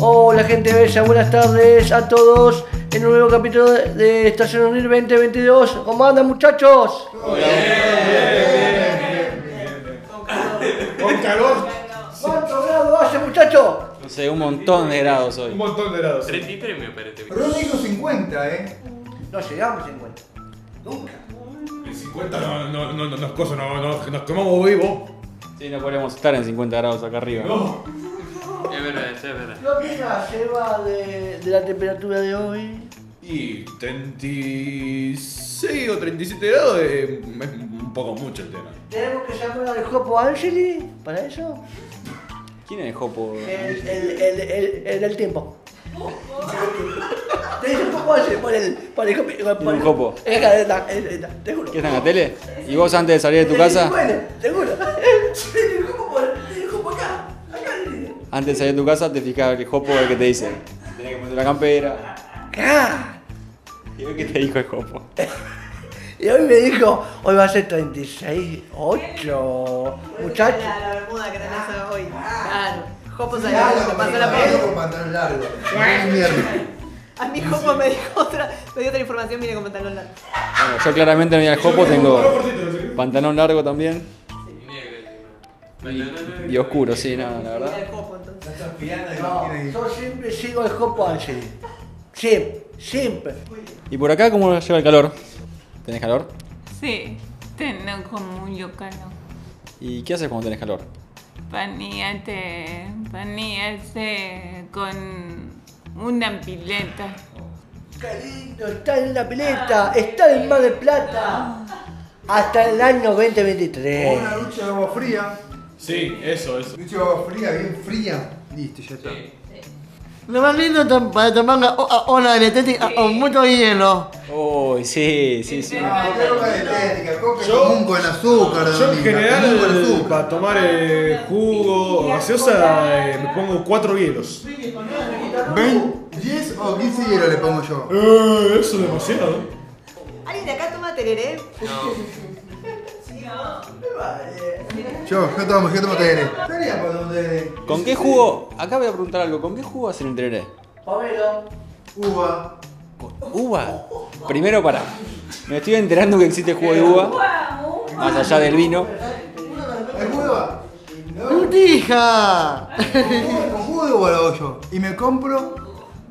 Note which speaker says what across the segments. Speaker 1: Hola gente bella, buenas tardes a todos en un nuevo capítulo de- de Estación Unir 2022. ¿Cómo andan muchachos?
Speaker 2: Con calor,
Speaker 1: ¿Cuántos grados hace muchachos?
Speaker 3: No sé, un montón de grados
Speaker 2: un
Speaker 3: hoy.
Speaker 2: montón de grados.
Speaker 4: 33 me parece.
Speaker 5: Ron dijo 50, ¿eh?
Speaker 1: No llegamos a 50.
Speaker 5: Nunca.
Speaker 2: El 50 no, no, no, no, no, es cosa, no, no, nos quemamos vivos.
Speaker 3: Sí, no podríamos estar en 50 grados acá arriba.
Speaker 2: No.
Speaker 4: Es verdad, es verdad.
Speaker 1: ¿Qué opinas, Eva, de, de la temperatura de hoy?
Speaker 2: Y 36 o 37 grados eh, es un poco mucho el tema.
Speaker 1: ¿Tenemos que llamar al Jopo Angeli para eso?
Speaker 3: ¿Quién es Jopo?
Speaker 1: El, el, el, el, el del tiempo. Te dice Jopo Ángel por el, por el, por
Speaker 3: Un Jopo.
Speaker 1: Es acá, es acá, es acá, te juro.
Speaker 3: ¿Qué está en la tele? ¿Y vos antes de salir de tu casa?
Speaker 1: Bueno, seguro. Te dijo por, te dijo por acá. Acá le dice.
Speaker 3: Antes de salir de tu casa te fijas el Jopo el que te dice. Tenés que poner la campera.
Speaker 1: Acá.
Speaker 3: Y ver qué te dijo el Jopo.
Speaker 1: Y hoy me dijo, hoy va a ser 36, 8. Muchachos.
Speaker 6: La, la bermuda que tenés hoy. Claro. Jopo salió,
Speaker 5: Ah. Claro,
Speaker 6: te pasó la
Speaker 5: con
Speaker 6: mano.
Speaker 5: pantalón largo. Mierda.
Speaker 6: A mí Jopo me dijo otra, me dio otra información, vine con pantalón largo.
Speaker 3: Bueno, yo claramente no voy al Jopo, tengo pantalón largo también.
Speaker 4: Negro.
Speaker 3: Y oscuro, sí, no, la
Speaker 6: Era
Speaker 3: verdad.
Speaker 6: el Jopo entonces.
Speaker 5: Estás pirando y no
Speaker 1: No,
Speaker 5: quiere ir.
Speaker 1: yo siempre sigo al Jopo Ángel. Siempre, siempre.
Speaker 3: ¿Y por acá cómo lleva el calor? ¿Tenés calor?
Speaker 7: Sí, tengo como un yocano.
Speaker 3: ¿Y qué haces cuando tenés calor?
Speaker 7: Paníate, paníate con una pileta.
Speaker 1: Cariño, está en la pileta, está en Mar del Plata. Hasta el año 2023.
Speaker 5: Una ducha de agua fría.
Speaker 2: Sí, eso, eso.
Speaker 5: Ducha de agua fría, bien fría. Listo, ya está.
Speaker 8: Lo más lindo tam- para tomar una o- o- ola dietética o mucho hielo.
Speaker 3: Uy, sí, sí, sí.
Speaker 5: Ah, coca dietética, coca
Speaker 2: Yo-
Speaker 5: común con azúcar.
Speaker 2: Yo en
Speaker 5: Dominica, común con
Speaker 2: general,
Speaker 5: azúcar.
Speaker 2: para tomar eh, jugo o gaseosa, eh, me pongo cuatro hielos.
Speaker 5: ¿Ven? 10 o 15 hielos le pongo yo.
Speaker 2: Eh, eso es demasiado.
Speaker 6: ¿Alguien de acá toma tereré?
Speaker 5: Yo, yo tomo, yo tomo TN. Estaría para donde.
Speaker 3: ¿Con qué jugo? Acá voy a preguntar algo. ¿Con qué jugo hacen el tereré?
Speaker 1: Pomelo.
Speaker 5: Uva.
Speaker 3: Uva. Primero para. Me estoy enterando que existe jugo de uva. Más allá del vino.
Speaker 5: ¿Es uva? No.
Speaker 8: ¡Frutija!
Speaker 5: Con jugo- Con jugo de uva lo hago yo. Y me compro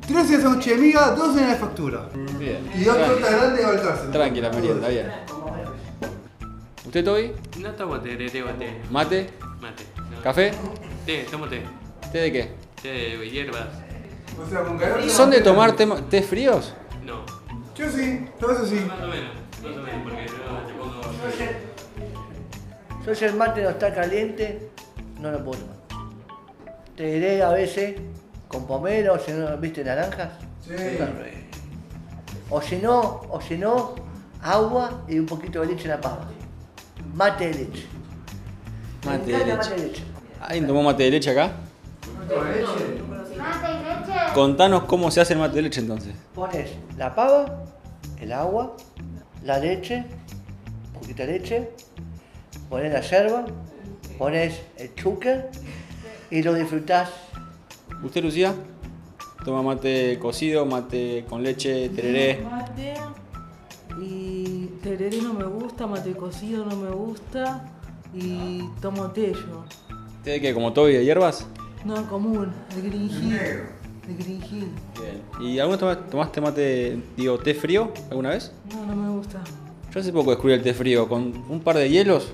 Speaker 5: 13 sándwiches de miga, 12 en la factura.
Speaker 3: Bien.
Speaker 5: Y dos
Speaker 3: Tran-
Speaker 5: tortas grandes de Balcarce.
Speaker 3: Tranquila, merienda, bien. ¿Usted, Toby?
Speaker 4: No tomo té, té, té.
Speaker 3: ¿Mate?
Speaker 4: Mate. no.
Speaker 3: ¿Café?
Speaker 4: Té, tomo té.
Speaker 3: ¿Té de qué?
Speaker 4: Té de hierbas.
Speaker 5: O sea, con calor.
Speaker 3: ¿Son de tomar té, té fríos?
Speaker 4: No.
Speaker 5: Yo sí, todo eso sí.
Speaker 4: Más o menos. Más o menos, porque yo te pongo.
Speaker 1: Yo si el mate no está caliente, no lo puedo tomar. Te diré a veces con pomelo, si no, viste naranjas.
Speaker 5: Sí.
Speaker 1: O si no, o si no, agua y un poquito de leche en la pava. Mate de leche. Me
Speaker 3: Mate de
Speaker 1: encanta
Speaker 3: leche.
Speaker 1: Mate de leche.
Speaker 3: ¿Alguien tomó mate de leche acá? Contanos cómo se hace el mate de leche entonces.
Speaker 1: Pones la pava, el agua, la leche, un poquito de leche, pones la yerba, pones el azúcar y lo disfrutás.
Speaker 3: ¿Usted, Lucía? ¿Toma mate cocido, mate con leche, tereré?
Speaker 9: Mate y tereré no me gusta, mate cocido no me gusta y tomo tello.
Speaker 3: ¿Té de qué? ¿Como Toby de hierbas?
Speaker 9: No común, el green hill. El green hill.
Speaker 3: Bien. ¿Y alguna vez toma- tomaste mate, digo, té frío alguna vez?
Speaker 9: No, no me gusta.
Speaker 3: Yo hace poco descubrí el té frío con un par de hielos.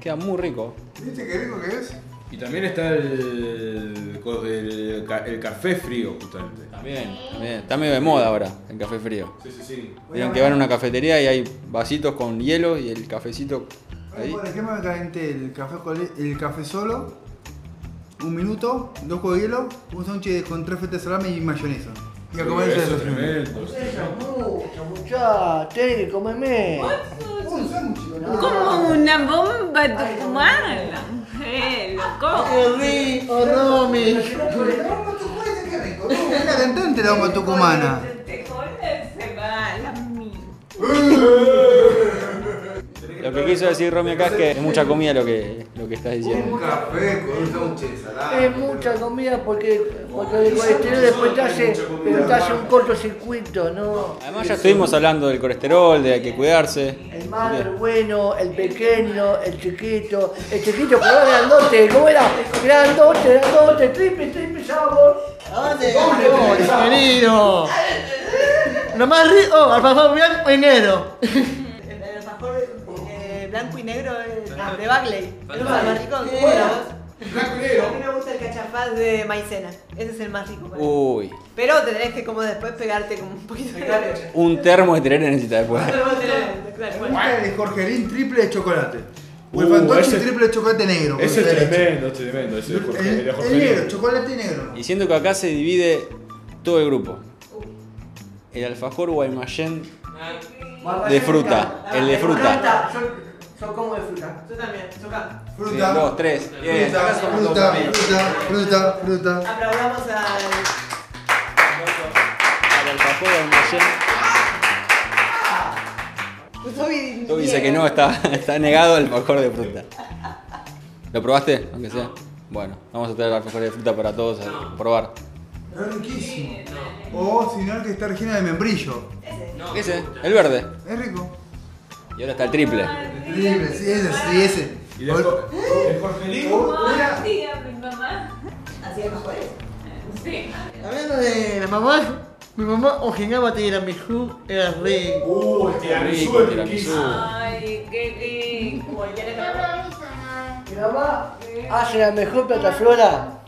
Speaker 3: Queda muy rico.
Speaker 5: ¿Viste qué rico que es?
Speaker 2: Y también está el, el, ca- el café frío, justamente.
Speaker 3: También. Está medio de moda ahora el café frío.
Speaker 2: Sí, sí, sí.
Speaker 3: Vieron que van a una cafetería y hay vasitos con hielo y el cafecito
Speaker 5: Hoy,
Speaker 3: ahí.
Speaker 5: Por ejemplo, me calenté el café, cole- el café solo, un minuto, dos juegos de hielo, un sándwich con tres fetas de salame y mayonesa. Y a comer el
Speaker 2: Eso es
Speaker 5: desayuno.
Speaker 2: tremendo.
Speaker 1: Mucho, muchacho, tenés que comerme.
Speaker 5: Un sándwich, boludo.
Speaker 7: Como una bomba de fumar. ¡Eh, loco!
Speaker 8: ¡Qué
Speaker 1: Oh,
Speaker 8: rico, Romy!
Speaker 5: Qué rico, ¿no? Es la cantante la bomba tucumana.
Speaker 7: Te se va a la mierda.
Speaker 3: Lo que quiso decir Romy acá es que es mucha comida lo que, lo que estás diciendo.
Speaker 5: Un café con un sándwich de salada.
Speaker 1: Es mucha comida porque, porque el colesterol después te hace, te hace un cortocircuito, ¿no?
Speaker 3: Además ya estuvimos hablando del colesterol, de hay que cuidarse.
Speaker 1: El malo, el bueno, el pequeño, el chiquito, el chiquito, pero era grandote, ¿cómo era? Grandote, grandote, triple, triple, sabor.
Speaker 8: ¿Dónde vamos, querido? Nomás ri... Oh, alfajor blanco y negro.
Speaker 6: El el alfajor eh, blanco y negro es de Bagley. Es el
Speaker 4: Bagley.
Speaker 6: más rico. Bueno,
Speaker 2: Blanco y
Speaker 6: a mí me gusta el cachafaz de maicena. Ese es el más rico. para mí.
Speaker 5: Uh.
Speaker 3: Uy,
Speaker 6: Pero te tenés que como después pegarte con un poquito de leche.
Speaker 3: un termo de tereré necesita después.
Speaker 5: Me gusta el jorgelín triple de chocolate. O el
Speaker 2: Uh,
Speaker 5: fantoche
Speaker 2: ese-
Speaker 5: triple de chocolate negro.
Speaker 2: Ese es
Speaker 5: con leche.
Speaker 2: tremendo, es tremendo. Ese de
Speaker 5: El,
Speaker 2: Jorge,
Speaker 5: el
Speaker 2: de Jorge
Speaker 5: negro,
Speaker 2: Lima.
Speaker 5: chocolate negro.
Speaker 3: Y siento que acá se divide todo el grupo. El alfajor guaymallén eh, de fruta. El de fruta.
Speaker 1: Son como de fruta.
Speaker 6: Yo también, chocá.
Speaker 3: Sí,
Speaker 5: Fruta,
Speaker 3: dos, tres. Bien.
Speaker 5: fruta,
Speaker 3: Acá somos todos
Speaker 5: fruta,
Speaker 3: familia.
Speaker 5: fruta, fruta, fruta.
Speaker 6: Aplaudamos al.
Speaker 3: El alfajor guaymallén.
Speaker 8: Pues
Speaker 6: Toby,
Speaker 3: Tú dice que no, está, está negado el alfajor de fruta. ¿Lo probaste? Aunque sea. Bueno, vamos a traer el alfajor de fruta para todos a probar.
Speaker 5: Es riquísimo. O si no, el que está relleno de membrillo.
Speaker 4: No,
Speaker 3: Ese,
Speaker 4: me gusta.
Speaker 3: el verde.
Speaker 5: Es rico.
Speaker 3: Y ahora está el triple.
Speaker 5: Libre, sí, ese, sí, ese.
Speaker 2: Y de Jorge- de Jorge Lima.
Speaker 7: Como hacía mi mamá.
Speaker 6: Hacía mejores.
Speaker 7: Sí.
Speaker 8: Hablando de la mamá, mi mamá ojingaba tiramisú, era re...
Speaker 2: Uh, el tiramisú es riquísimo.
Speaker 7: Ay, qué rico. Ya le acabo.
Speaker 1: Mi mamá hace la mejor plataforma,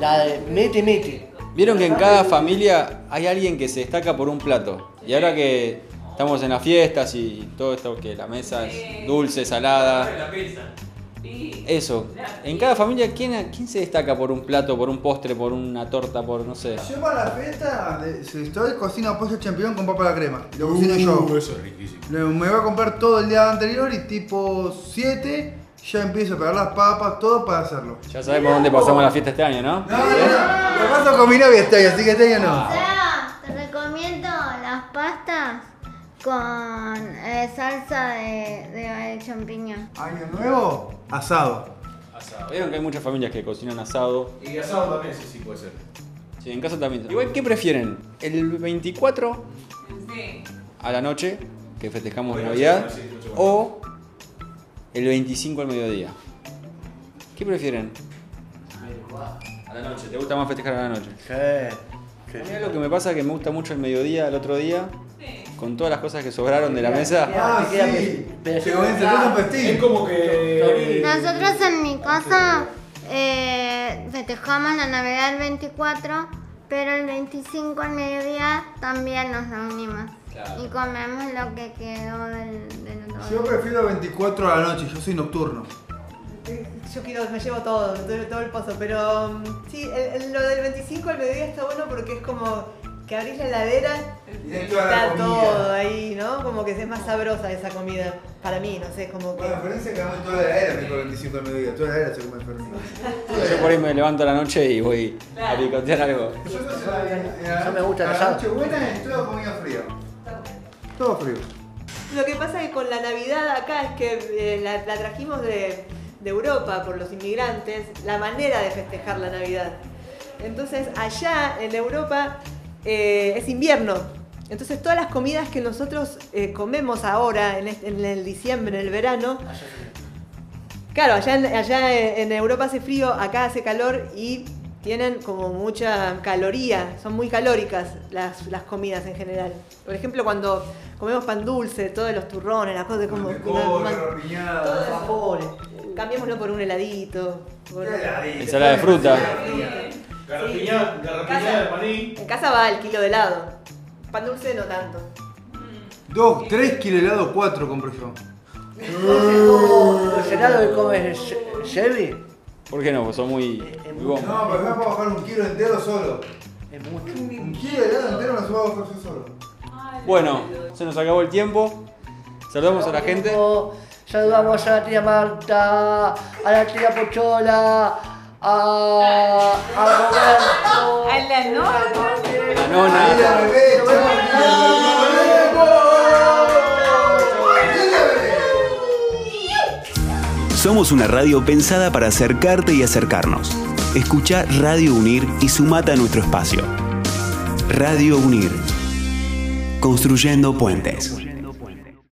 Speaker 1: la de miti miti.
Speaker 3: Vieron que en cada familia hay alguien que se destaca por un plato. Y ahora que estamos en las fiestas y todo esto, que la mesa es dulce, salada.
Speaker 4: La pizza.
Speaker 7: Sí.
Speaker 3: Eso. En cada familia, ¿quién, ¿quién se destaca por un plato, por un postre, por una torta, por no sé?
Speaker 5: Yo para la fiesta, de- si estoy cocino pollo champiñón con papa a la crema. Lo cocino
Speaker 2: Uh,
Speaker 5: yo.
Speaker 2: eso es riquísimo.
Speaker 5: Lo- Me voy a comprar todo el día anterior y tipo 7 ya empiezo a pegar las papas, todo para hacerlo.
Speaker 3: Ya sabemos dónde pasamos la fiesta este año, ¿no?
Speaker 5: No, no, no, lo paso con mi novia este año, así que este año no.
Speaker 10: Sara, te recomiendo las pastas con eh, salsa de, de champiñón.
Speaker 5: Año nuevo, asado.
Speaker 3: Vieron que hay muchas familias que cocinan asado.
Speaker 2: Y asado también, ese sí puede ser.
Speaker 3: Sí, en casa también. Igual, ¿qué prefieren? ¿El 24
Speaker 7: Sí.
Speaker 3: a la noche, que festejamos
Speaker 2: Bueno,
Speaker 3: Navidad,
Speaker 2: sí, sí, mucho
Speaker 3: o el 25 al mediodía. ¿Qué prefieren? A la noche, ¿te gusta más festejar a la noche?
Speaker 1: Sí,
Speaker 3: A
Speaker 1: sí.
Speaker 3: mí lo que me pasa es que me gusta mucho el mediodía, el otro día,
Speaker 7: Sí.
Speaker 3: con todas las cosas que sobraron de la mesa.
Speaker 1: Ah,
Speaker 5: Ah,
Speaker 1: sí.
Speaker 5: sí.
Speaker 1: Pero-
Speaker 5: Se comen 70
Speaker 2: Ah, Es
Speaker 5: pestillos.
Speaker 2: como que.
Speaker 10: Nosotros en mi casa eh, festejamos la Navidad el 24, pero el 25 al mediodía también nos reunimos y comemos lo que quedó del, del otro
Speaker 5: Yo
Speaker 10: día.
Speaker 5: prefiero 24 a la noche, yo soy nocturno.
Speaker 6: Yo quiero, me llevo todo, todo, todo el pozo, pero mm, sí, el- el- lo del 25 al mediodía está bueno porque es como que abrís la heladera
Speaker 5: Y hay
Speaker 6: y
Speaker 5: toda la
Speaker 6: está
Speaker 5: comida.
Speaker 6: todo ahí, ¿no? Como que es más sabrosa esa comida, para mí, no sé, como que...
Speaker 5: Bueno, la diferencia es que vamos toda la era, me con 25 al mediodía, toda la era se come enfermedad.
Speaker 3: Yo por ahí me levanto a la noche y voy a picotear algo.
Speaker 1: Yo me gusta el
Speaker 5: la
Speaker 1: asado.
Speaker 5: noche buena es toda comida fría. Todo frío.
Speaker 6: Lo que pasa es que con la Navidad acá es que eh, la, la trajimos de, de Europa por los inmigrantes, la manera de festejar la Navidad. Entonces allá en Europa eh, es invierno. Entonces todas las comidas que nosotros eh, comemos ahora, en, este- en el diciembre, en el verano, Claro, allá, en, allá en Europa hace frío, acá hace calor y tienen como mucha caloría, son muy calóricas las, las comidas en general. Por ejemplo, cuando comemos pan dulce, todos los turrones, las cosas como...
Speaker 5: Mejor,
Speaker 6: todo
Speaker 5: piñada.
Speaker 6: eso. Cambiémoslo por un heladito. por-
Speaker 3: Ensalada de fruta.
Speaker 2: Garrapiñada, garrapiñada de maní.
Speaker 6: En casa va el kilo de helado. Pan dulce no tanto.
Speaker 5: Dos, tres kilos de helado, cuatro compré yo.
Speaker 1: Los helados que comes se- Sebi
Speaker 3: ¿Por qué no? Pues son muy, muy bomba.
Speaker 5: No, pero acá puedo bajar un kilo entero solo.
Speaker 1: es mucho.
Speaker 5: Un kilo de helado entero me lo puedo bajar yo solo.
Speaker 3: Bueno, se nos acabó el tiempo. Saludamos a la gente.
Speaker 1: Saludamos a la tía Marta, a la tía Pochola, a, a Roberto.
Speaker 7: A la nona.
Speaker 3: La nona.
Speaker 5: ¡Dile a bebé! ¡Chao! ¡Nos vemos! ¡Dile a bebé!
Speaker 11: Somos una radio pensada para acercarte y acercarnos. Escucha Radio Unir y sumate a nuestro espacio. Radio Unir. Construyendo puentes.